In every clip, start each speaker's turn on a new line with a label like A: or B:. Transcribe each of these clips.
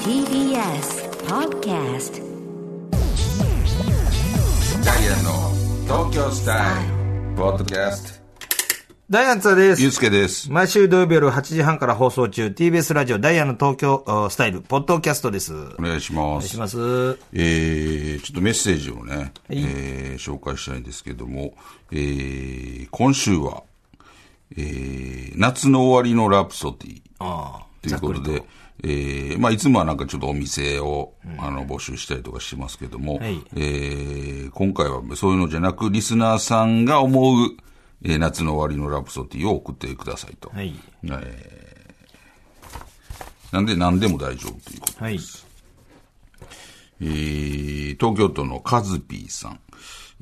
A: TBS Podcast
B: ダイアンの東京スタイルポッドキャス
C: ダイアンツァで
B: トゆう
C: す。
B: すけです
C: 毎週土曜日夜8時半から放送中、TBS ラジオダイアンの東京あスタイル、ポッドキャストです。お願
B: お願いしま
C: いし
B: す
C: ます。
B: えー、ちょっとメッセージをね、えー紹介したいんですけども、えー、今週は、えー、夏の終わりのラプソディ
C: ああ、
B: ということで、えーまあ、いつもはなんかちょっとお店を、あの募集したりとかしてますけども、
C: はい
B: えー今回はそういうのじゃなく、リスナーさんが思う、えー夏の終わりのラプソディを送ってくださいと。
C: はい。
B: えーなんで何でも大丈夫ということで
C: はい。
B: えー東京都のカズピーさん。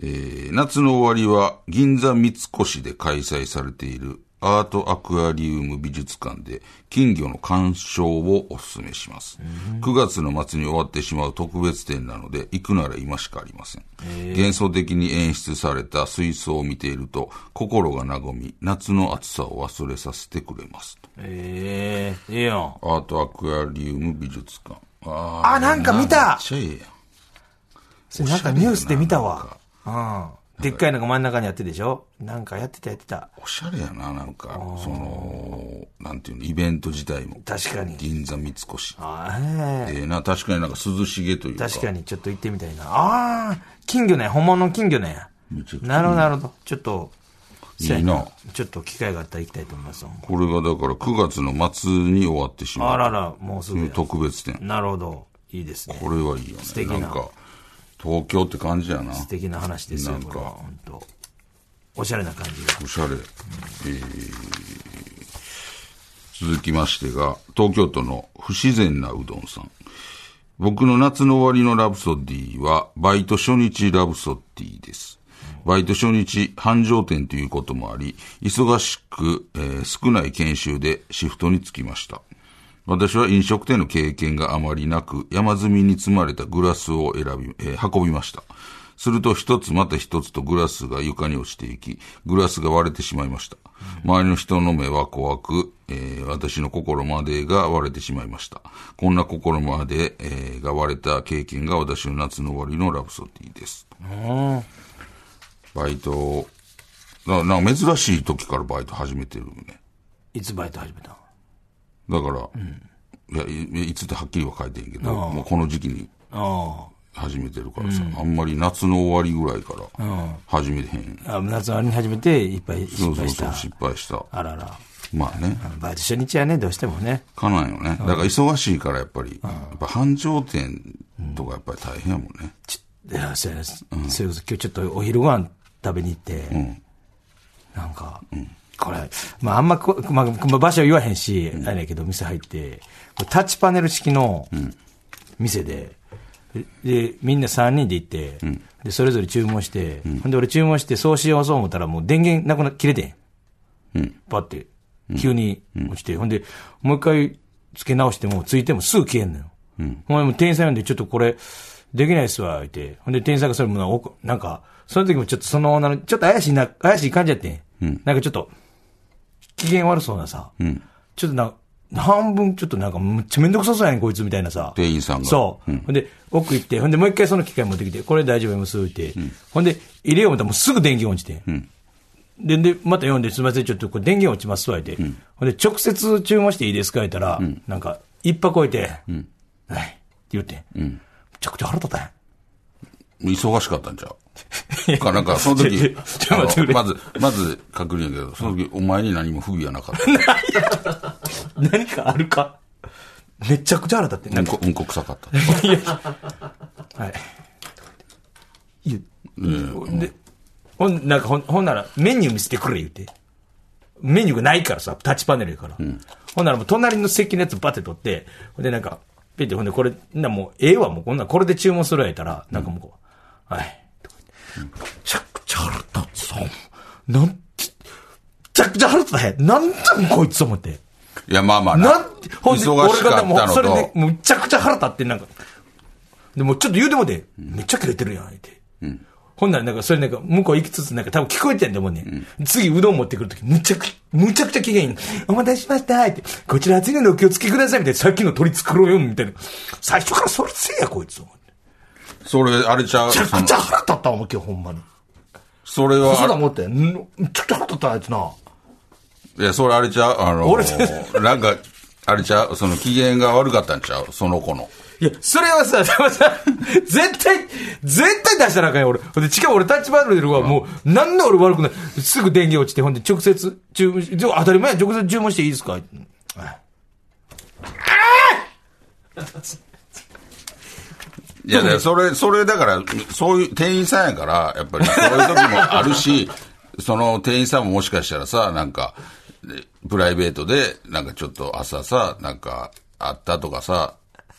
B: えー夏の終わりは銀座三越で開催されているアートアクアリウム美術館で金魚の鑑賞をお勧めします。9月の末に終わってしまう特別展なので行くなら今しかありません。幻想的に演出された水槽を見ていると心が和み夏の暑さを忘れさせてくれます。
C: ええええやん。
B: アートアクアリウム美術館。あー
C: あ、なんか見
B: め
C: た
B: っちゃいいやん。
C: それなんかニュースで見たわ。うん。でっかいのが真ん中にあってでしょなんかやってたやってた。
B: おしゃれやな、なんか、その、なんていうの、イベント自体も。
C: 確かに。
B: 銀座三越。
C: ああ、ええ
B: ええな、確かになんか涼しげというか。
C: 確かにちょっと行ってみたいな。ああ、金魚ね、本物の金魚ね
B: めちゃく。ちゃ
C: なるほど、なるほど。ちょっと、
B: いいな
C: せやちょっと機会があったら行きたいと思います。
B: これがだから9月の末に終わってしまう。
C: あらら、もうすぐや。
B: 特別展。
C: なるほど。いいですね。
B: これはいいよね。素
C: 敵なん
B: か、東京って感じやな。
C: 素敵な話ですよ、
B: なんか
C: これは本当。おしゃれな感じが。
B: おしゃれ。えー続きましてが、東京都の不自然なうどんさん。僕の夏の終わりのラブソディは、バイト初日ラブソディです。バイト初日、繁盛店ということもあり、忙しく、えー少ない研修でシフトに就きました。私は飲食店の経験があまりなく、山積みに積まれたグラスを選び、えー運びました。すると一つまた一つとグラスが床に落ちていき、グラスが割れてしまいました。周りの人の目は怖く、えー私の心までが割れてしまいました。こんな心まで、えーが割れた経験が私の夏の終わりのラブソディです。バイト、ななんか珍しい時からバイト始めてるね。
C: いつバイト始めたの
B: だから、いやいいつってはっきりは書いてへんけど、もうこの時期に
C: あ
B: 始めてるからさ、あんまり夏の終わりぐらいから始めてへん。
C: あ。あ夏の終わりに始めて、いっぱい
B: そ
C: 失
B: うそう
C: 敗し
B: そう、
C: た。
B: 失敗した。
C: あらら。
B: まあね、
C: バイト初日はね、どうしてもね。
B: かないよね。だから忙しいからやっぱり、やっぱ繁盛店とかやっぱり大変やもんね。
C: ちょいや、そうや、それこそ今日ちょっとお昼ご飯食べに行って、なんか、これ、まああんまこ、まあ、まあ場所言わへんし、あれやけど、店入って、これタッチパネル式の店で、で、みんな3人で行って、で、それぞれ注文して、ほんで俺注文して、そうしようそう思ったらもう電源なくな、切れてん。パって、急に落ちて、ほんで、もう一回付け直しても、ついてもすぐ消えんのよ。お前もう店員さん呼んで、ちょっとこれ、できないっすわ、言って。ほんで、店員さんがそれもなおこ、なんか、その時もちょっとその女の、ちょっと怪しいな、怪しい感じやってん。なんかちょっと、機嫌悪そうなさ。ちょっとな、半分ちょっとなんか、むっちゃめんどくさそうやねん、こいつみたいなさ。
B: 店員さんが
C: そう。ほんで、奥行って、ほんで、もう一回その機械持ってきて、これ大丈夫です、って。ほんで、入れよう思ったらもうすぐ電源落ちて。で、で、また読んで、すみません、ちょっとこれ電源落ちますわ、言うて。ほんで、直接注文していいですか言ったら、なんか、一泊置いて、はい、って言って、めちゃくちゃ腹立たへん。
B: 忙しかったんちゃうか、なんか、その時、
C: ちょちょ待って
B: あの
C: くれ
B: まず、まず確認やけど、その時、お前に何も不備はなかった。
C: 何かあるかめちゃくちゃ腹立って、
B: う
C: なん
B: ん
C: か、
B: こ、うんこ臭かった。
C: いやいやはい。言うで、ほん、なんかほん、ほんなら、メニュー見せてくれ、言うて。メニューがないからさ、タッチパネルやから。ほんならもう隣の席のやつバッて取って、ほんでなんか、ペッてほんでこれ、なもう、ええわ、もうこんなん、これで注文するやったら、なんかもうこう、はい。とか言ってめちゃくちゃ腹立つさ、なんて、めちゃくちゃ腹立たへん。なんなんこいつ思って。
B: いや、まあまあ
C: なんて、ほんで、
B: 忙
C: 俺
B: しか
C: が
B: っ
C: も
B: た
C: う、
B: の
C: それで
B: と、、
C: むちゃくちゃ腹立って、なんか、でもちょっと言うてもで、めっちゃキレてるやん、言うて。ほんなら、なんか、それなんか、向こう行きつつ、なんか、多分聞こえてんと思うね、ん。次、うどん持ってくるとき、むちゃく、むちゃくちゃ機嫌いいのお待たせしましたって、こちら熱いのでお気をつけください、みたいな。さっきの取り繕うよ、みたいな。最初からそれせえや、こいつ。め
B: それ、あれちゃう。
C: ちゃ
B: そ
C: く
B: の
C: ちゃ腹立ったわ、今日、ほんまに。
B: それは
C: そうだ
B: あ
C: 思って。んめちゃくちゃ腹立った、あいつな。
B: れ、いや、それあれちゃう。あの
C: 俺、
B: なんか、あれちゃう。その機嫌が悪かったんちゃうその子の。
C: いや、それはさ、でもさ絶対、絶対出したらあかんよ、俺。ほんで、しかも俺、タッチバードでるわ、もう、なんで俺悪くない。すぐ電源落ちて、ほんで、直接、注文し、でも当たり前や、直接注文していいですかはい
B: いや、だからそれ、それだから、そういう店員さんやから、やっぱりそういう時もある し、その店員さんももしかしたらさ、なんか、でプライベートで、なんかちょっと朝さ、なんか、あったとかさ、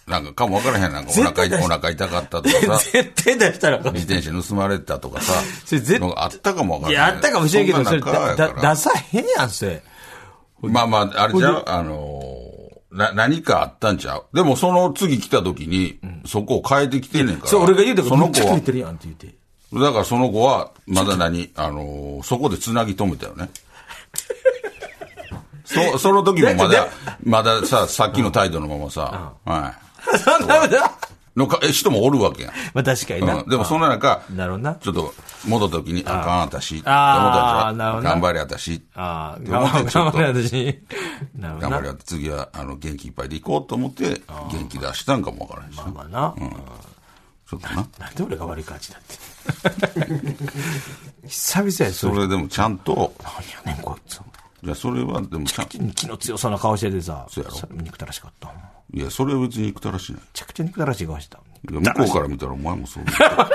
B: なんかかもわからへん、なんかお
C: 絶
B: 腹
C: 対
B: い
C: だし
B: お腹痛かったとかさ、
C: 絶対出したらあかん。
B: 自転車盗まれたとかさ、
C: それ絶
B: のがあったかもわから
C: い
B: へん。
C: や、あったかもしれんけど、
B: そ
C: それ、
B: んな中
C: だ、
B: やか
C: だ
B: ら
C: 出さへんやん、それ。
B: まあまあ、あれじゃうあのー、な、何かあったんちゃうでもその次来た時に、そこを変えてきてんねんから。
C: そう、俺が言うたか
B: そ
C: ら、め
B: の
C: っち
B: 子
C: ゃ
B: は
C: 聞いてるやんって言って。
B: だからその子は、まだ何、あのーそこでつなぎ止めたよね。 そ、その時もま
C: だ
B: だ、
C: っ
B: まださ、さっきの態度のままさ、は
C: そんなことま
B: い。のか、え、人もおるわけやん。
C: あ確かにな。
B: うん、でもそんな中、
C: なるほどな
B: ちょっと戻った時に、あかん、あたし、って思った
C: あー
B: んち
C: なる
B: ゃ
C: ほ
B: う
C: どな
B: 頑張れ、あたし。
C: ああ、
B: でも
C: 頑張れ、
B: ちょ
C: 頑
B: っと
C: 張れ、私。なるほど
B: 頑張
C: な。
B: れ、次は、あの、元気いっぱいで行こうと思って、元気出したんかもわからんし、
C: まあな。
B: ちょっとな。
C: なんで俺が悪い感じだって。 久々や、そ
B: そ
C: れ。
B: れでもちゃんと、
C: 何やねん、こいつ。
B: いや、それは、でもちゃん、
C: 気の強そうな顔しててさ、
B: そうやろ
C: れ憎たらしかった。め
B: いや、それは別に行くたらしない。
C: ちゃくちゃ憎たらしい顔してた。
B: いや向こうから見たら、お前もそうだよ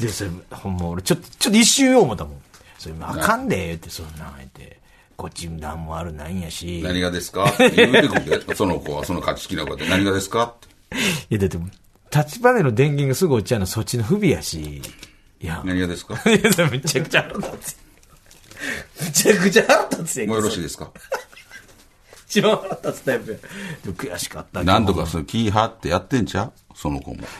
C: で、それ、ほんま俺、ちょっと、ちょっと一瞬よう思ったもん。それ、あかんで、って、そんなん言って。こっち何もあるないんやし。
B: 何がですか って言うてくるで、その子は、その勝ちきな子で、何がですかって。
C: いや、だってもう、タッチパネルの電源がすぐ落ちちゃうのはそっちの不備やし。いや、
B: 何がですか
C: いや、それめちゃくちゃ腹立つ。めちゃくちゃ腹立つやん
B: もう
C: け
B: よろしいですか
C: 一番腹立つタイプや。でも悔しかった。
B: なんとかその気張ってやってんちゃうその子も。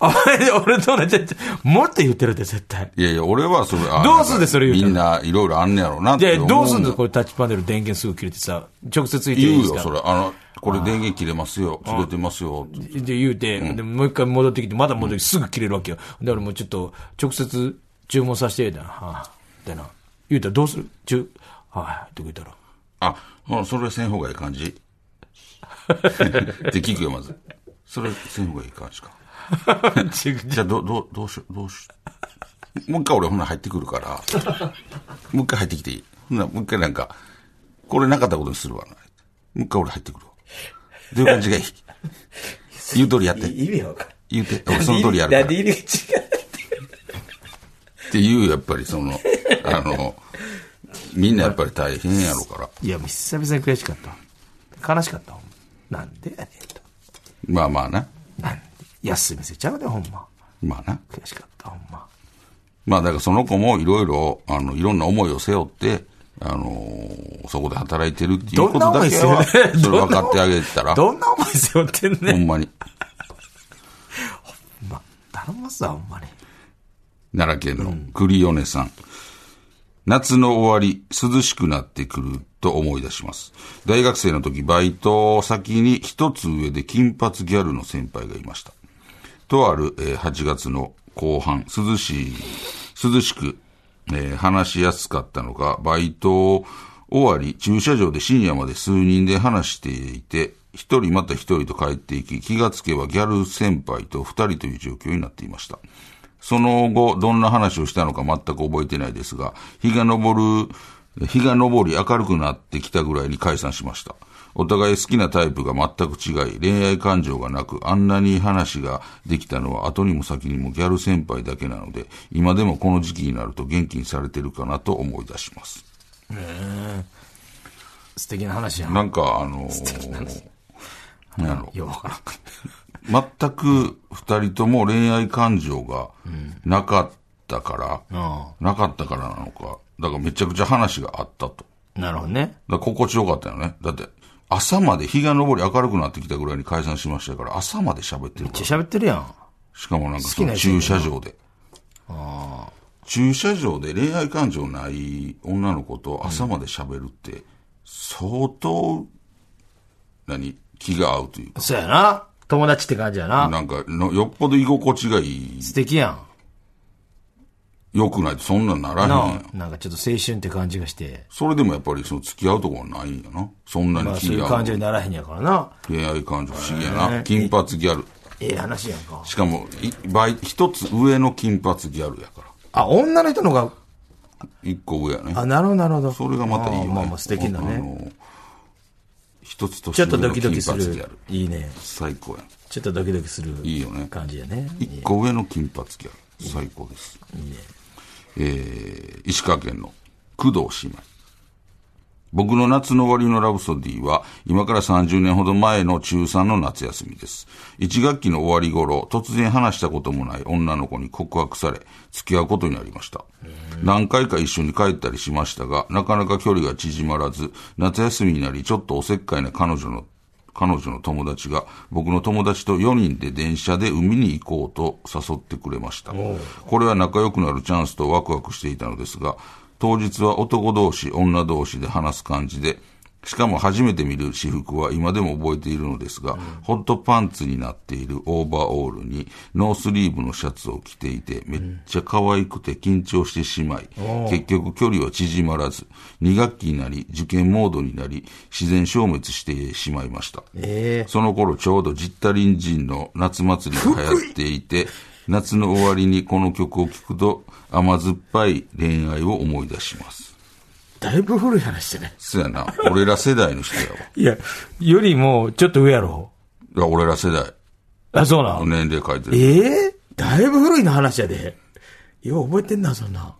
C: お前、俺と同じやつもっと言ってるって、絶対。
B: いやいや、俺はそれ、あ
C: どうすんでそれ言う
B: み
C: たら
B: んないろいろあんねやろうなっ
C: い
B: て
C: や、
B: 思う。
C: どうすんのこれタッチパネル電源すぐ切れてさ、直接言っていい
B: 言
C: で
B: う
C: す
B: よ、
C: か
B: それ。あの、これ電源切れますよ、切れてますよ。
C: で、言うて、でもう一回戻ってきて、まだ戻ってきてすぐ切れるわけよ。で、俺もうちょっと、直接注文させて、だな、はあ、でな。言うたら、どうするちゅ、はい、って言ったら。
B: あ、うんそれせん方がいい感じ って聞くよ、まず。それせん方がいい感じか。 じゃあ、ど、ど、どうしよう、どうしよう。もう一回俺、ほんなら入ってくるから。 もう一回入ってきていい。ほんならもう一回なんか、これなかったことにするわな。もう一回俺入ってくるわ。どういう感じがいい言う通りやって。
C: 意味わかる。
B: 言 うて。俺その通りやるから。っ
C: 入り口が。
B: ていう、やっぱりその、あの、みんなやっぱり大変やろから。
C: いや、もう久々に悔しかった。悲しかった、ほんま。なんでやねんと。
B: まあまあな。
C: なんで。安い店ちゃうで、ほんま。
B: まあな。
C: 悔しかった、ほんま。
B: まあだからその子もいろいろ、あの、いろんな思いを背負って、あのーそこで働いてるっていうことだけは、それ分かってあげたら、ほ
C: どんな思い背負ってんねん。
B: んまに、
C: ま、頼ますわ、ほんまに。
B: 奈良県の栗米さん。夏の終わり、涼しくなってくると思い出します。大学生の時、バイト先に一つ上で金髪ギャルの先輩がいました。とある、えー8月の後半、涼しい、涼しく、えー話しやすかったのか、バイト終わり、駐車場で深夜まで数人で話していて、一人また一人と帰っていき、気がつけばギャル先輩と二人という状況になっていました。その後、どんな話をしたのか全く覚えてないですが、日が昇る、日が昇り明るくなってきたぐらいに解散しました。お互い好きなタイプが全く違い、恋愛感情がなく、あんなに話ができたのは後にも先にもギャル先輩だけなので、今でもこの時期になると元気にされてるかなと思い出します。
C: 素敵な話やん。
B: なんか、あのーなんやろ
C: ようわからん。
B: 全く二人とも恋愛感情がなかったから、
C: あ
B: なかったからなのか、だからめちゃくちゃ話があったと。
C: なるほどね。
B: だから心地よかったよね。だって、朝まで日が昇り明るくなってきたぐらいに解散しましたから、朝まで喋ってるか
C: めっちゃ喋ってるやん。
B: しかもなんかそ
C: 好きな
B: の
C: 人や
B: 駐
C: な
B: 車場で。駐車場で恋愛感情ない女の子と朝まで喋るって、相当、何、気が合うというか、
C: そうやな。友達って感じやな。
B: なんかの、よっぽど居心地がいい、
C: 素敵やん。
B: 良くないとそんなんならへんや。
C: なんなんかちょっと青春って感じがして。
B: それでもやっぱりその付き合うとこはないんやな。そんな
C: ま
B: に
C: あそう
B: 気
C: いう
B: が合
C: 感
B: う。
C: じにならへんやからな。
B: 恋愛感情不思議や
C: ね
B: な。金髪ギャル。
C: ええ話やんか。
B: しかも、い倍、一つ上の金髪ギャルやから。
C: あ、女の人の方が、
B: 一個上やね。
C: あ、なるほど、なるほど。
B: それがまたいいよ、
C: あ
B: ね。
C: まあまあ素敵な
B: あ
C: ね。
B: の。一つと
C: ちょっとドキドキす
B: 金髪ギャ
C: る
B: ル。
C: いいね。
B: 最高やん。
C: ちょっとドキドキする
B: いいよね。
C: 感じやね。
B: 一個上の金髪ギャル。最高です。えー、石川県の工藤姉妹。僕の夏の終わりのラブソディは、今から30年ほど前の中3の夏休みです。1学期の終わり頃、突然話したこともない女の子に告白され、付き合うことになりました。何回か一緒に帰ったりしましたが、なかなか距離が縮まらず、夏休みになり、ちょっとおせっかいな彼女の彼女の友達が僕の友達と4人で電車で海に行こうと誘ってくれました。これは仲良くなるチャンスとワクワクしていたのですが、当日は男同士、女同士で話す感じで、しかも初めて見る私服は今でも覚えているのですが、ホットパンツになっているオーバーオールにノースリーブのシャツを着ていて、めっちゃ可愛くて緊張してしまい、結局距離は縮まらず、2学期になり、受験モードになり、自然消滅してしまいました。
C: ええ
B: その頃ちょうどジッタリンジンの夏祭りが流行っていて、夏の終わりにこの曲を聴くと甘酸っぱい恋愛を思い出します。
C: だいぶ古い話じゃない
B: そやな、俺ら世代の人やわ。
C: いや、よりも、ちょっと上やろ。
B: いや俺ら世代。
C: あ、そうなの
B: 年齢書いてる。
C: ええだいぶ古いな話やで。よう覚えてんな、そんな。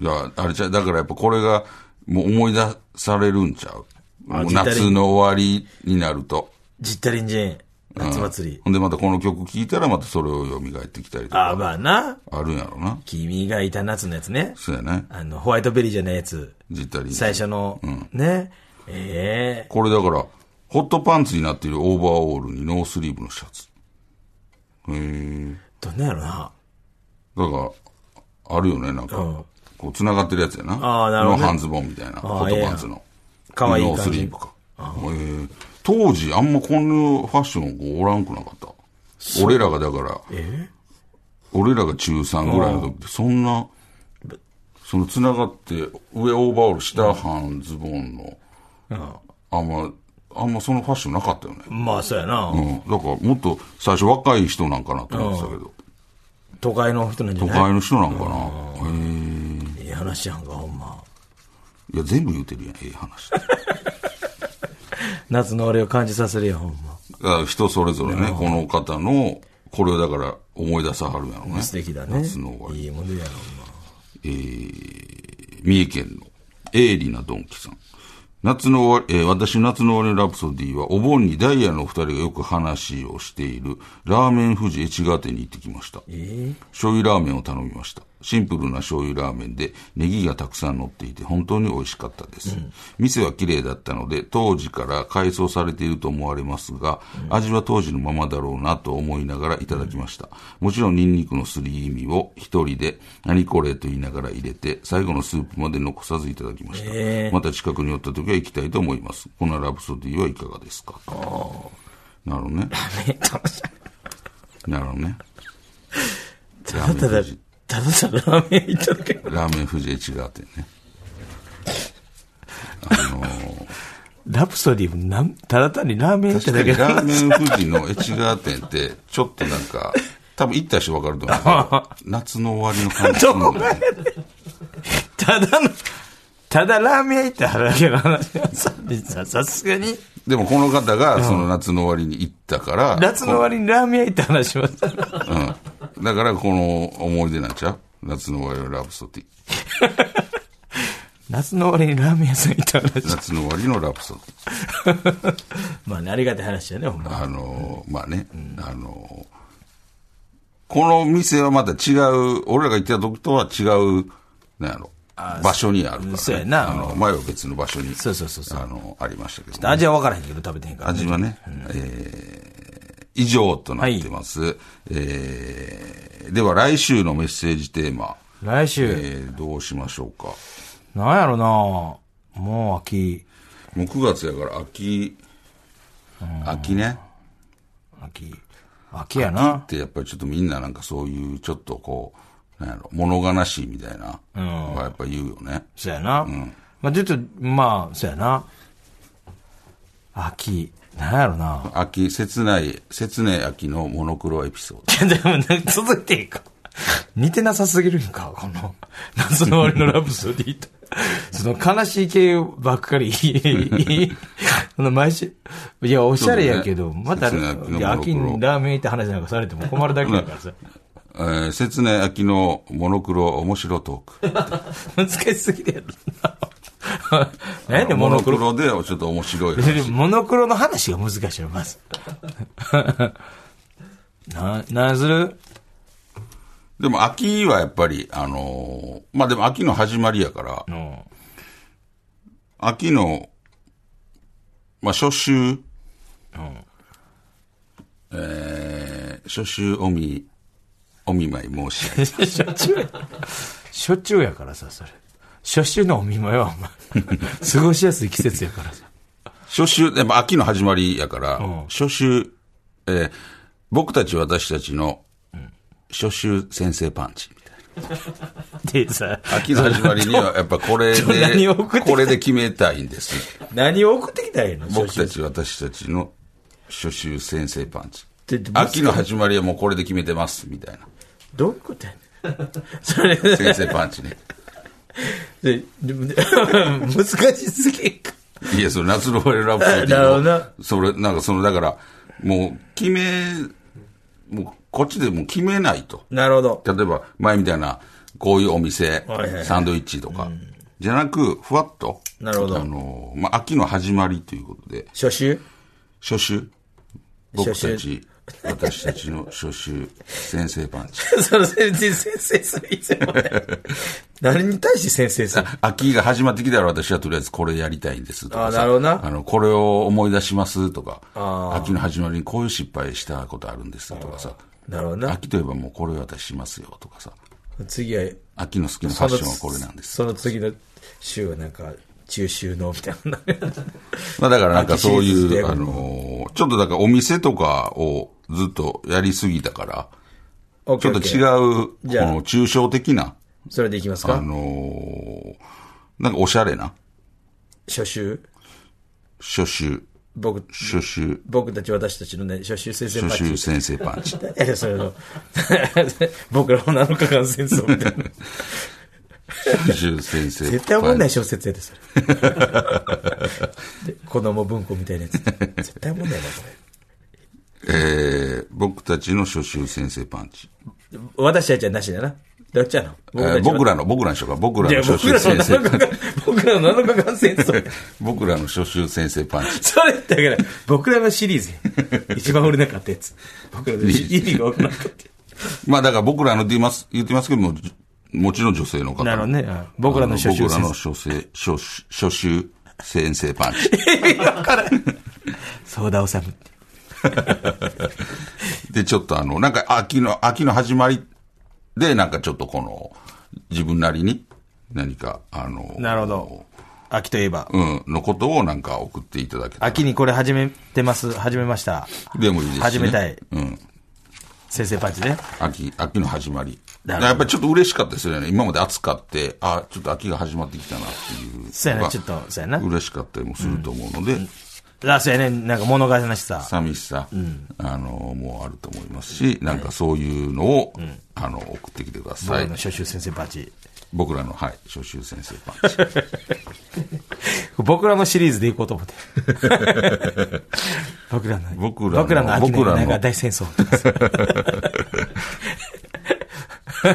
B: いや、あれちゃう、だからやっぱこれが、もう思い出されるんちゃう
C: あ
B: もう
C: ジッタリン
B: 夏の終わりになると。
C: ジッタリンジン、
B: うん
C: 夏祭り。
B: ほんでまたこの曲聴いたらまたそれを蘇ってきたりと
C: あ、
B: か。
C: まあな。
B: あるんやろな。
C: 君がいた夏のやつね。
B: そうやね。
C: あの、ホワイトベリーじゃないやつ。
B: ジッタリンジン。
C: 最初の、ね。ええ
B: これだから、ホットパンツになっているオーバーオールにノースリーブのシャツ。へえ。
C: どんなんやろな。
B: だから、あるよね、なんか。
C: うん
B: こう、繋がってるやつやな。
C: あーなるほどね
B: の半ズボンみたいな。ホ
C: あー
B: ットパンツの。
C: 可愛い
B: ノ
C: 感
B: ー
C: じ
B: スリーブか。へえ当時、あんまこんなファッションこうおらんくなかった。俺らがだから、俺らが中3ぐらいの時って、そんな、その繋がって、上オーバーオール、下半ズボンの、あんま、あんまそのファッションなかったよね。
C: まあ、そうやな。
B: うん。だから、もっと最初若い人なんかなと思ってたけど、
C: 都会の人なんじゃ
B: 都
C: な
B: 会
C: い
B: の人なんかな。へえ
C: ええ話やんか、ほんま。
B: いや、全部言うてるやん、ええ話。
C: 夏の俺を感じさせるやん、ほんま。
B: あ人それぞれね、この方の、これをだから思い出さはるやろね。
C: 素敵だね。
B: 夏の終わり。
C: いいものやろ、ほんま。
B: えー三重県の鋭利なドンキさん。夏の終わり、えー私夏の終わりのラプソディは、お盆にダイヤのお二人がよく話をしている、ラーメン富士越川店に行ってきました。 醤油ラーメンを頼みました。シンプルな醤油ラーメンで、ネギがたくさん乗っていて、本当に美味しかったです。店は綺麗だったので、当時から改装されていると思われますが、味は当時のままだろうなと思いながらいただきました。もちろんニンニクのすり意味を一人で、何これと言いながら入れて、最後のスープまで残さずいただきました。
C: え
B: また近くに寄った時は行きたいと思います。このラプソディはいかがですかなるほどね。
C: めっちゃ面白い
B: なるほどね。
C: ただただ、ただただラーメンいただけ。
B: ラーメン富士越川店ね。
C: ラプソディもなん、ただ単にラーメンいた
B: 確
C: だ
B: か
C: け
B: にラーメン富士の越川店って、ちょっとなんか、多分行った人分かると思うけ ど。夏の終わりの感じするのね。
C: ただの、ただラーメンいただけの話はさ、ささすがに、
B: でもこの方がその夏の終わりに行ったから、
C: 夏の終わりにラーメンいた話しました。
B: うん。だからこの思い出なんちゃう夏の終わりのラブソディ。
C: 夏の終わりにラーメン屋さんいた 話。
B: 夏の終わりのラブソディ。
C: まあね、ありがたい話だね、ほんま。
B: あのーまあね、あのーこの店はまた違う、俺らが行ってた時とは違う、なんやろ、場所にあるから、ね。
C: そうやな
B: あの、前は別の場所に、
C: そうそうそうそう
B: あの、ありましたけど、ね。
C: 味は分からへんけど食べてへんから。
B: 味はね、えー以上となってます。えーでは来週のメッセージテーマ、
C: 来
B: え
C: 週、
B: ーどうしましょうか。
C: なんやろなもう秋、
B: もう9月やから秋、秋ね。
C: 秋、秋やな
B: っ。てやっぱりちょっとみんななんかそういうちょっとこう、なんやろ、物悲しいみたいな、のがやっぱ言うよね。
C: そうやな。まあちょっと、まあ、そうやな。秋、なんやろな。
B: 秋、切ない、切ね秋のモノクロエピソード。
C: でも、続いていいか。似てなさすぎるんか、この、夏の終わりのラブソディと。その悲しい系ばっかり。その毎週、いや、おしゃれやけ
B: そ
C: ど、
B: うだね
C: また、
B: 切ない秋の
C: いや秋
B: モノク
C: に
B: ロ
C: ラーメン行って話なんかされても困るだけだからさ。
B: えー、切ね秋のモノクロ面白トーク。
C: 難しすぎるやろな。何やねんモノクロ。
B: でちょっと面白い話。
C: でモノクロの話が難しいよ、まず。 な、なんする
B: でも秋はやっぱり、あのーまあ、でも秋の始まりやから、
C: の、
B: 秋の、まあ、初秋、えー、初秋おみ、お見舞い申し上げ。
C: しょっちゅうや。しょっちゅうやからさ、それ。初秋のお見舞いは、お前、過ごしやすい季節やからさ。
B: 初秋、やっぱ秋の始まりやから、
C: ん
B: 初秋、えー僕たち私たちの、初秋先生パンチみたいな。
C: でさ、
B: 秋の始まりには、やっぱこれ
C: ちょ何
B: で
C: を送ってき、た
B: これで決めたいんです。
C: 何を送ってきたらいいの
B: 僕た
C: 初
B: ち私たちの初秋先生パンチ。
C: 秋って
B: 秋の始まりはもうこれで決めてます、みたいな。
C: どういうことやねんそれ、
B: 先生パンチね。
C: ででで難しすぎんか。
B: いや、それ夏の終わりのラブソディ
C: なるほど
B: の
C: な
B: それ、なんかその、だから、もう、決め、もう、こっちでもう決めないと。
C: なるほど。
B: 例えば、前みたいな、こういうお店
C: はいは、い
B: サンドイッチとか、じゃなく、ふわっと、
C: なるほど
B: あの、まあ、秋の始まりということで、
C: 初秋
B: 初秋、僕
C: 初
B: た
C: 秋
B: ち、私たちの初秋、先生パンチ。
C: その先生、先生する以前はね何に対して先生する
B: 秋が始まってきたら私はとりあえずこれやりたいんですとかさ
C: あなるほどな
B: あの、これを思い出しますとか
C: あ、
B: 秋の始まりにこういう失敗したことあるんですとかさ、
C: なるほどな。
B: 秋といえばもうこれを私しますよとかさ、
C: 次は、
B: 秋の好きなファッションはこれなんです。
C: その次の週はなんか、中秋のみたいな。
B: まあだからなんかそう
C: 秋シリーズ
B: い
C: で
B: う、あのー、ちょっとだからお店とかをずっとやりすぎたから、ちょっと違
C: う。
B: う、こ
C: じゃあ
B: の抽象的な、
C: それでいきます
B: あ
C: か
B: のー、なんかおしゃれな、
C: 初秋
B: 初秋、
C: 僕、
B: 初秋、
C: 僕たち私たちのね、初秋先
B: 初
C: 生パッ
B: 秋
C: チ。
B: 先生パン チ。
C: いやいや、それの、僕らも7日間戦争みた いな。
B: 初秋先生
C: 絶対おもんない小説やで、そ れ。で子供文庫みたいなやつ。絶対おもんないな、こ
B: えー、僕たちの初秋先生パンチ。
C: れ。私たちはなしだな。どっちやの
B: えー僕らの、僕らの人が、僕ら
C: い
B: の
C: や、
B: 初
C: 僕
B: 秋
C: ら
B: 先
C: の
B: 生
C: 7日間、僕らの7日間戦争。
B: 僕らの初秋先生パンチ。
C: それだから、僕らのシリーズや。一番売れなかったやつ。僕らのシリーズ意味が分からなかった。
B: まあだから僕らのって言います、言ってますけども、じもちろん女性の方。
C: なるほどねあ僕らの初秋
B: 僕らの
C: 先
B: 初生初初秋先生パンチ。
C: 相田治むって。
B: で、ちょっとあの、なんか秋の、秋の始まりで、なんかちょっとこの、自分なりに、何か、あの、
C: なるほど。秋といえば。
B: うん、のことをなんか送っていただけたら
C: 秋にこれ始めてます。始めました。
B: でもいいですしね
C: 始めたい
B: うん。
C: 先生パンチね。
B: 秋、秋の始まり。
C: なるほど
B: やっぱりちょっと嬉しかったですよね。今まで暑かって、あ、ちょっと秋が始まってきたなっていう。
C: そうやな、ちょっと、そうやな。
B: 嬉しかったりもすると思うので、
C: あ、そうやね、なんか物悲しさ。
B: 寂しさ、あの、もうあると思いますし、なんかそういうのを、あの、送ってきてくだ
C: 僕
B: さ
C: ら
B: い
C: の。初秋先生パンチ。
B: 僕らの、はい、初秋先生パンチ。
C: 僕らのシリーズでいこうと思 って。僕らの、
B: 僕らの
C: 僕らの秋の
B: 僕らの
C: なんか大戦争とかさ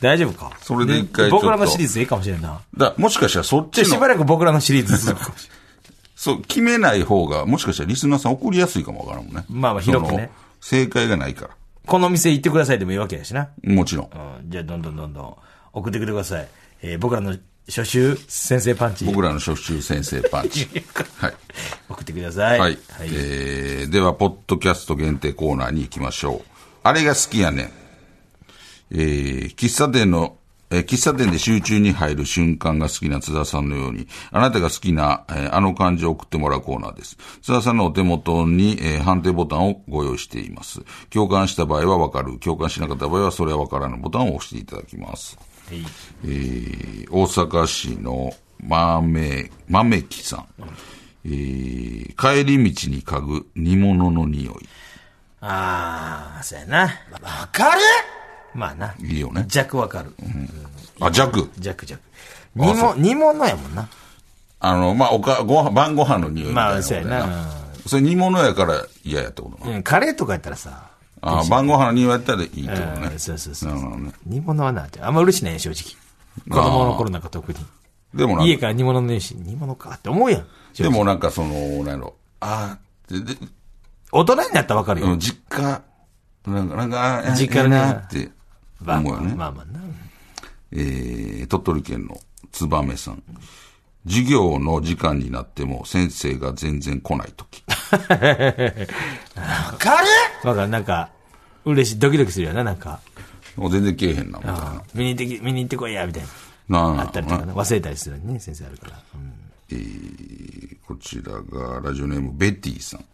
C: 大丈夫か
B: それで一回ちょっと
C: 僕らのシリーズでいいかもしれんな。
B: だもしかしたらそっ
C: ちょ
B: ち
C: しば
B: の、
C: らく僕らのシリーズ続くかもしれ
B: そう、決めない方が、もしかしたらリスナーさん送りやすいかもわからんもんね。
C: まあまあ広くね
B: その。正解がないか
C: んこの店行ってくださいでもいいわけやしな。
B: ら。もちろん。
C: うん、じゃあどんどんどんどん送ってきてください。えー僕らの初秋先生パンチ。
B: 僕らの初秋先生パンチ。はい。
C: 送ってきてってください。
B: はい。えーでは、ポッドキャスト限定コーナーに行きましょう。あれが好きやねん。えー喫茶店の、えー喫茶店で集中に入る瞬間が好きな津田さんのように、あなたが好きな、えーあの漢字を送ってもらうコーナーです。津田さんのお手元に、えー判定ボタンをご用意しています。共感した場合はわかる。共感しなかった場合はそれはわからぬボタンを押していただきます。
C: はい
B: えー大阪市の豆、豆木さん。えー帰り道に嗅ぐ煮物の匂い。
C: あー、そうやな。
D: わかる
C: まあな。
B: いいよね。
C: 弱わかる。
B: あ、弱。
C: 弱弱。煮物、煮物やもんな。
B: あの、まあ、おか、ご飯、晩ご飯の匂いみたいな
C: まあ、
B: こと
C: そう
B: や
C: や
B: な。
C: な。
B: それ煮物やから嫌やってことな。
C: うん、カレーとかやったらさ。
B: あ晩ご飯の匂いやったらいいってこと
C: う
B: ね
C: ん。そうそうそ
B: な
C: う
B: るほどね。
C: 煮物はな、あんま嬉しないね、正直。子供の頃なんか特に。
B: でもなん
C: 家
B: か、
C: から煮物の匂いし、煮物かって思うやん。正
B: で
C: 直
B: もなんかその、なんやろ。あーで、で、
C: 大人になったらわかるよ。
B: うん実家、なんか、なんか、あー
C: 実家
B: ええ
C: のね
B: なって
C: まあ
B: 思う
C: まあ
B: よね。
C: まあまあな。
B: えー鳥取県のつばめさん。授業の時間になっても先生が全然来ないとき。
D: わかる
C: わかる、なんか、嬉しい、ドキドキするよな、なんか。
B: もう全然来えへんな、みたい
C: あ見に行ってき、見に行ってこいや、みたいな。
B: な。な
C: あったりとかね、忘れたりするのにね、先生あるから。うん
B: こちらがラジオネームベティさん。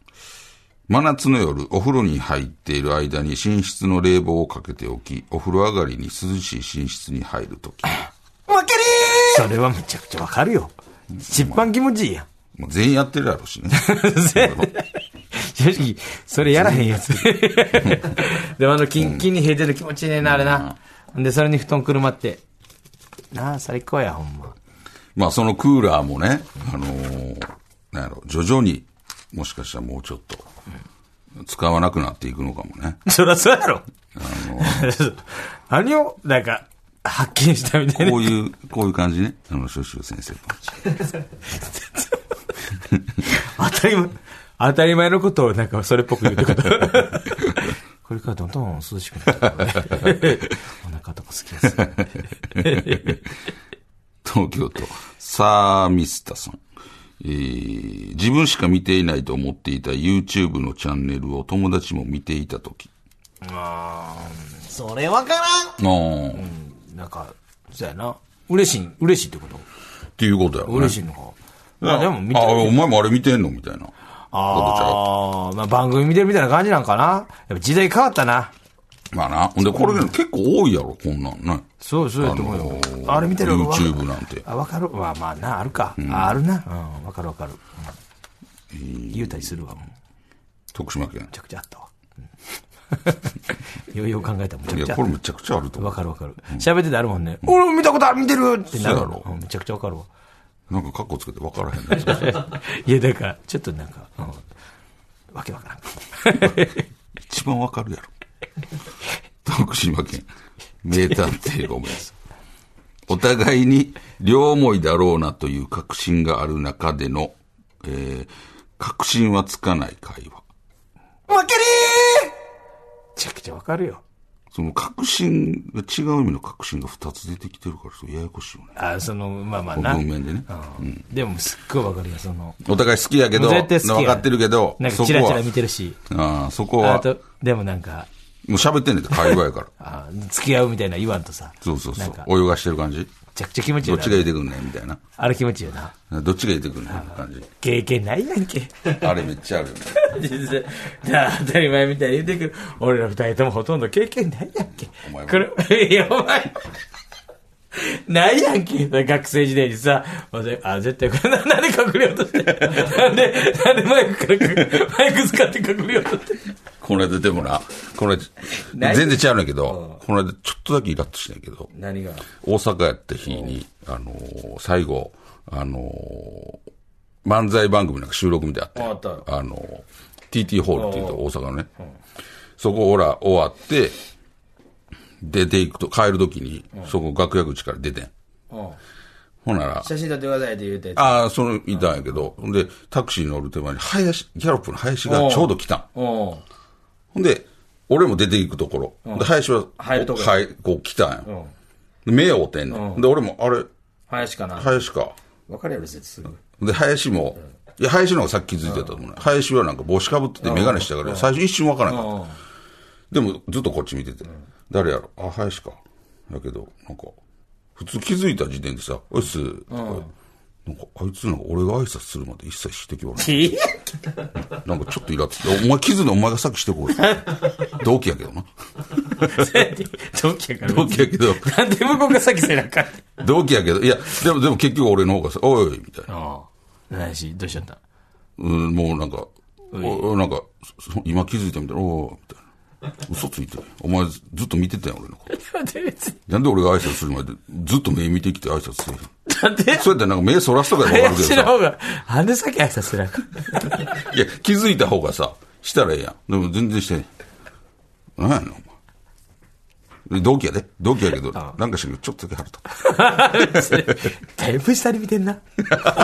B: 真夏の夜、お風呂に入っている間に寝室の冷房をかけておき、お風呂上がりに涼しい寝室に入るとき。
D: わかる
C: それはめちゃくちゃわかるよ。一番気持ちいいやん。
B: もう全員やってるやろう しね。
C: 正直、それやらへん やつ。でもあの、キンキンに冷えてる気持ちいいねんな、あれな。で、それに布団くるまって。なあ、最高や、ほんま。
B: まあそのクーラーもね、あのーなんやろ、徐々に、もしかしたらもうちょっと、使わなくなっていくのかもね。
C: そりゃそうやろ。 何を、なんか、発見したみたい
B: こ
C: な。
B: ういう、こういう感じね。あの、シュシュ先生パンチ。
C: 当たり前、当たり前のことをなんかそれっぽく言うってこと。これからどんどん涼しくなってくるねお腹とか好きです。
B: 東京都、サーミスタさん。えー自分しか見ていないと思っていた YouTube のチャンネルを友達も見ていたとき。
D: それわからん
B: あー
C: なんか、そうやな。嬉しい、嬉しいってこと
B: っていうことやろ、ね。
C: 嬉しいのか。まあでも見て
B: あ、お前もあれ見てんのみたいな。あ。
C: ああ、まあ番組見てるみたいな感じなんかな。やっぱ時代変わったな。
B: まあな。ほんで、これ結構多いやろ、こんなんね。
C: そうそうやと思うよ。
B: のー
C: あれ見てる
B: YouTube なんて
C: あ、わかる。まあまあな、あるか。ああるな。うん、わかるわかる。うん言うたりするわ、もう。め
B: 徳島県
C: ち。ゃくちゃあったわ。うん よいよう考えたらめちゃ
B: い
C: くち
B: や、
C: ゃあ
B: こ
C: っ
B: れめちゃくちゃあると
C: た。
B: 思
C: わかるわかる。喋っててあるもんね。俺見たことある見てるってなる
B: そうやろ
C: うんめちゃくちゃわかるわ。
B: う。なんかカッコつけて分からへんね。
C: いや、だから、ちょっとなんか、うんわけわからん。
B: 一番わかるやろ。徳島県、名探偵ごめんなさい。お互いに両思いだろうなという確信がある中での、えー確信はつかない会話。
D: わ
C: め
D: かる
C: ちゃくちゃわかるよ。
B: その確信が、違う意味の確信が2つ出てきてるから、それややこしいよね。
C: あ、その、まあまあ
B: こ
C: な
B: の。文面でね。
C: うんでも、すっごいわかるよ、その。
B: お互い好きやけど、
C: もう絶対好きや
B: 分かってるけど、
C: なんか、
B: そこ
C: チラチラ
B: は
C: 見、てるし。
B: ああそこ
C: あ
B: は、も
C: と、でもなんか、
B: う喋ってんねんって会話やから。
C: あ付き合うみたいな言わんとさ。
B: そうそう
C: な
B: そ
C: んか、
B: う。泳がしてる感じ。
C: めちゃくちゃ気持ち
B: ど
C: いいよ
B: っ
C: な
B: ちが出てくんねんみたいな。
C: あれ気持ちいいよな。
B: どっちが出てくんねんみたいな感じ。
C: 経験ないやんけ。
B: あれめっちゃあるよね。
C: 実際じゃあ当たり前みたいに言ってくる。俺ら二人ともほとんど経験ないやんけ。
B: お前も
C: これ、いや、お前。ないやんけ。学生時代にさ、まずあ、絶対これ、ななんで隠れようとして。なんで、なんでマイクから、マイク使って隠れようとして。
B: この間でもな、これ、
C: ない
B: 全然違うねんけど、この間ちょっとだけイラッとしてんけど、
C: 何が
B: 大阪やった日に、あのー最後、あのー漫才番組なんか収録みたいなのあって、
C: あっ
B: あのー TT ホールっていうと大阪のね、そこほら終わって、出ていくと、帰るときに、そこ楽屋口から出てん。ほんなら、
C: 写真撮ってくださいって言うて。
B: ああ、その、いたんやけど、ほんで、タクシーに乗る手前に、林、ギャロップの林がちょうど来たん。
C: お
B: ほんで、俺も出ていくところ。で、林は、
C: 入るとこや
B: はい、こう来たんよ。で目を追ってんねん。で、俺も、あれ、
C: 林かな。
B: 林か。
C: わかるやろ、絶対すぐ。
B: で、林も、いや、林の方がさっき気づいてたと思うね。林はなんか帽子かぶってて眼鏡してたから、最初一瞬わからなかった。でも、ずっとこっち見てて。誰やろあ、林か。だけど、なんか、普通気づいた時点でさ、おいっす、とかなんか、あいつなんか俺が挨拶するまで一切してきわない。なんかちょっとイラついて、お前気づいたお前がさっきして こい。同期やけどな。
C: 同期やから。
B: 同期やけど。
C: なんで向こうが先背中って。
B: 同期やけど、いや、でも、でも結局俺の方がさ、おい、みたいな。
C: ああ。何し、どうしちゃった
B: うん、もうなんか、おおなんか、そ今気づいたみたいな、おーみたいな。嘘ついてる。お前ずっと見てたよ、俺のこと。
C: なんで別に。
B: なんで俺が挨拶する前で、ずっと目見てきて挨拶せえへん。
C: なんで
B: そうやったらなんか目そらすとかでわかるけど
C: 林の
B: さ。
C: 方が、なんで先挨拶せなあかん。
B: いや、気づいた方がさ、したらええやん。でも全然してない。なんやねん、お前。で同期やで。同期やけど、なんかしてるけど、ちょっとだけ腹立った。
C: だいぶ下に見てんな。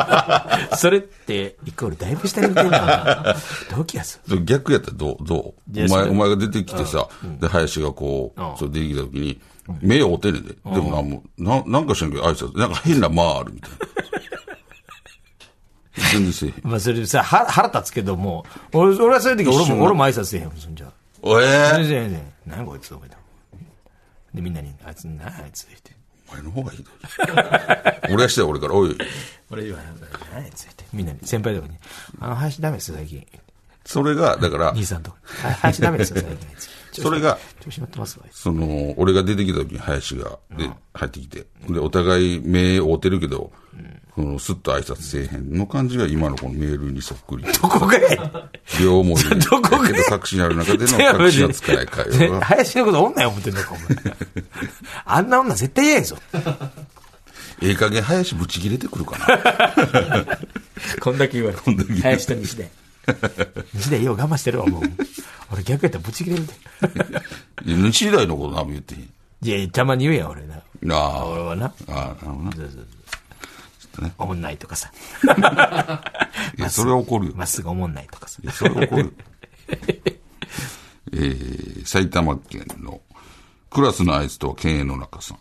C: それって、イコールだいぶ下に見てんな。同期やす。
B: それ逆やったらどうど
C: いうや
B: お
C: そ
B: 前、
C: れ
B: お前が出てきてさ、で、林がこ
C: うん
B: う、そう出てきた時に、目を追ってんねんで。でもなんも、ななんかしらんけど挨拶、なんか変な間あるみたいな。 全然せえへん。
C: まあ、それさ、は腹立つけども、俺俺はそういう時、
B: 一
C: 俺
B: 緒
C: も、俺も挨拶せえへんもん、そんじゃ。
B: おえ
C: 全
B: ー、
C: 然、全然。何こいつ、覚えた。で、みんなに、あいつ、なあいつ、言って。
B: お前の方がいいで。 俺はして俺から、おい、
C: 俺言わない。なあいつ、言って。みんなに、先輩とかに、あの、林ダメですよ、最近。
B: それが、だから
C: 兄、さ んとか。あ林ダメですよ、最近。
B: それが、
C: 調子乗ってますわ、あいつ。
B: その、俺が出てきた時に林が、で、入ってきて、で、お互い目を追ってるけど、その、スッと挨拶せえへんの感じが今のこのメールにそっくり。
C: どこがや
B: 両思いで。
C: どこが
B: だけど確信ある中での隠し扱い会話が。
C: 林のこと女や思ってんのか、お前。 あんな女絶対嫌やぞ。
B: ええ加減林ぶち切れてくるかな。
C: こんだけ言われこんだけ林と西田。西田よう我慢してるわ、もう。俺逆やったらブチ切れるで。
B: 西大のこと何も言ってへん。
C: いやいや、たまに言うやん、俺な。
B: なあ。
C: 俺はな。
B: ああ、なるほどな。
C: そうそうそう
B: とね
C: おもんないとかさ。
B: いや、それは怒るよ。
C: まっすぐおもんないとかさ
B: い。や、それは怒 るよ。えー、埼玉県のクラスのあいつとは経営の中さん。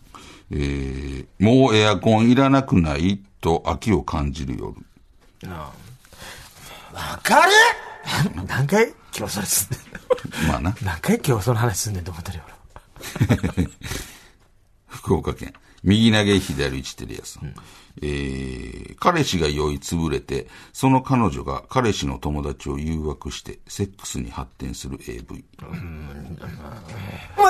B: えー、もうエアコンいらなくないと秋を感じる夜。
D: わかる
C: 何回今日それすんね
B: まあな。
C: ん。何回今日その話すんねんと思ってるよ、
B: 福岡県。右投げ左打ちテレアさん。えー、彼氏が酔いつぶれて、その彼女が彼氏の友達を誘惑して、セックスに発展する AV。
D: わ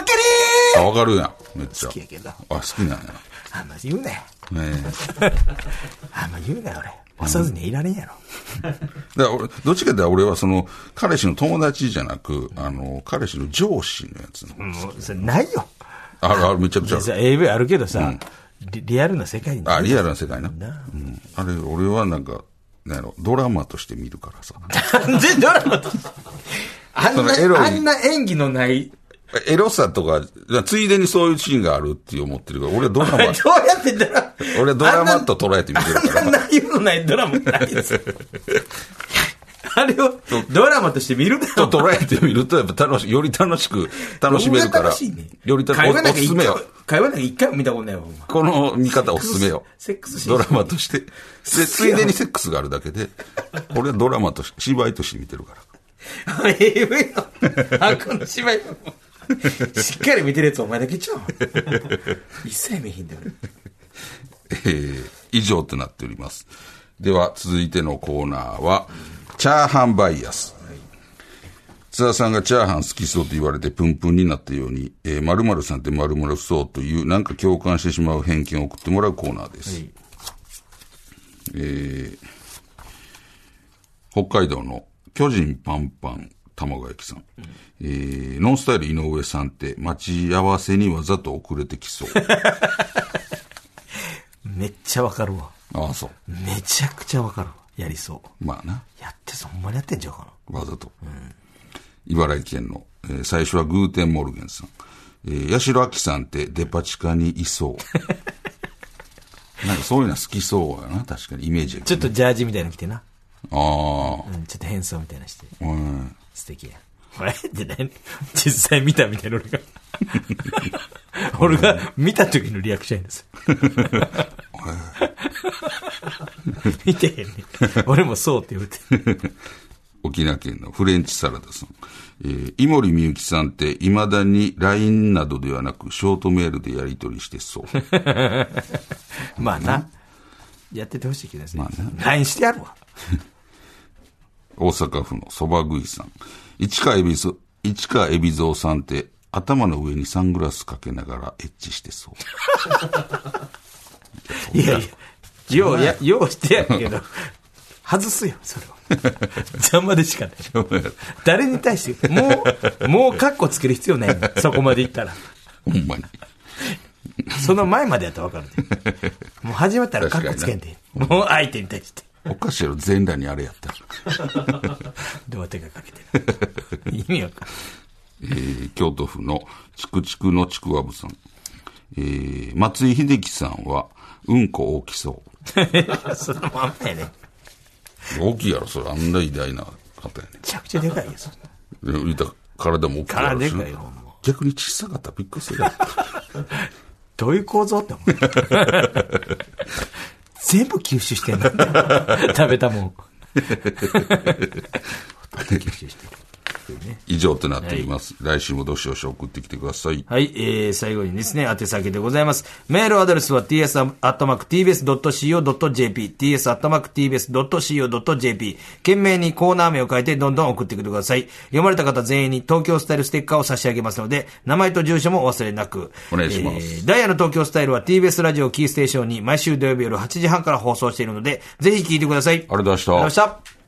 D: かる
B: あ、わかるやん。めっちゃ。
C: 好きやけど
B: あ、好きなんや
C: 俺。あんま言うなよ。
B: な。ね
C: あんま言うなよ、俺。押さずにいられんやろ。
B: え。だから俺、どっちかって言ったら俺はその、彼氏の友達じゃなく、あの、彼氏の上司のやつの。
C: もう、それないよ。
B: あるある、めちゃくちゃあ
C: 実
B: る。
C: は AV あるけどさ、リリアルな世界に
B: あ、
C: ない。
B: リアルな世界な。う。
C: なん
B: あれ、俺はなんか、なんやろ、ドラマとして見るからさ。
C: 完全ドラマとしてあん
B: その
C: な
B: エロい
C: あんな演技のない。
B: エロさとか、ついでにそういうシーンがあるって思ってるから、俺はドラマ
C: どう、やってドラマ。
B: 俺はドラマと捉えて見てるか
C: あ
B: ら。
C: んな内容のないドラマ ないです。あれをドラマとして見るな
B: と
C: よ。
B: 捉えてみると、やっぱ楽し、より楽しく、楽しめるから。
C: どんな楽しいね
B: より楽
C: 会
B: しめお
C: 話なんか
B: す
C: 一
B: すめ
C: 回も
B: よ。
C: 会話なんか一回も見たことないわ、お前
B: この見方おすすめよ。
C: セックスシーン
B: ドラマとして。で、ついでにセックスがあるだけで、俺はドラマとして、芝居として見てるから。
C: AV の箱の 芝居しっかり見てるやつお前だけちゃう一切見ひんで俺
B: えー、以上となっております。では、続いてのコーナーは、チャーハンバイアス。津田さんがチャーハン好きそうと言われてプンプンになったように、えー、〇〇さんって〇〇そうという、なんか共感してしまう偏見を送ってもらうコーナーです。えー北海道の巨人パンパン卵焼きさん。えーノンスタイル井上さんって待ち合わせにわざと遅れてきそう。
C: めっちゃわかるわ
B: ああ、そう。
C: めちゃくちゃわかるわやりそう
B: まあな。
C: やってそほんまにやってんちゃうか
B: わざと。茨城県の、えー最初はグーテンモルゲンさん。えー、八代亜紀さんってデパ地下にいそう。なんかそういうのは 好きそうやな、確かに。イメージや
C: な
B: け
C: ちょ
B: ど
C: っとジャージみたいなの着てな、
B: あ
C: うん、ちょっと変装みたいなのして
B: あ、うん。
C: 素敵やん俺って何実際見たみたいな俺が俺が見た時のリアクションやです見てへんね俺もそうって言うて。
B: 沖縄県のフレンチサラダさん。えー、井森美幸さんって未だに LINE などではなくショートメールでやり取りしてそう。
C: まあな。 やっててほしいけどね。
B: まあな
C: LINE してやるわ。
B: 大阪府のそば食いさん。市川海老蔵、市川海老蔵さんって頭の上にサングラスかけながらエッチしてそう。
C: いやいや。ようや、ようしてやるけど、外すよ、それ は。邪魔でしかない。誰に対して、もう、もうカッコつける必要ないねんそこまでいったら。
B: ほんまに。
C: その前までやったら分かるで。もう始まったらカッコつけんで。もう相手に対して。
B: おかしいやろ、全裸にあれやったら。
C: どう手がかけてる。意味わかんな
B: え
C: い。
B: ー京都府のチクチクのちくわぶさん。えー松井秀喜さんは、うんこ大きそう。
C: そのまんまやね。め
B: 大きいやろ、それ。あんな偉大な方やね。
C: ちゃくちゃでかいよ、そんな。
B: で言うたら体も大きいやろしな
C: 体でかいよほんま
B: 逆に小さかったらびっくりするやろ
C: どういう構造って思う。全部吸収してんだ。食べたもん。ほとんど吸収してる
B: 以上となっております。来週もどしどし送ってきてください。
C: はい、えー、最後にですね、宛先でございます。メールアドレスは ts.tbs.co.jp、ts.tbs.co.jp、懸命にコーナー名を書いてどんどん送ってきてください。読まれた方全員に東京スタイルステッカーを差し上げますので、名前と住所もお忘れなく。
B: お願いします
C: ダイヤの東京スタイルは TBS ラジオをキーステーションに毎週土曜日夜8時半から放送しているので、ぜひ聞いてください。あり
B: ありがとうございました
C: がとうございました。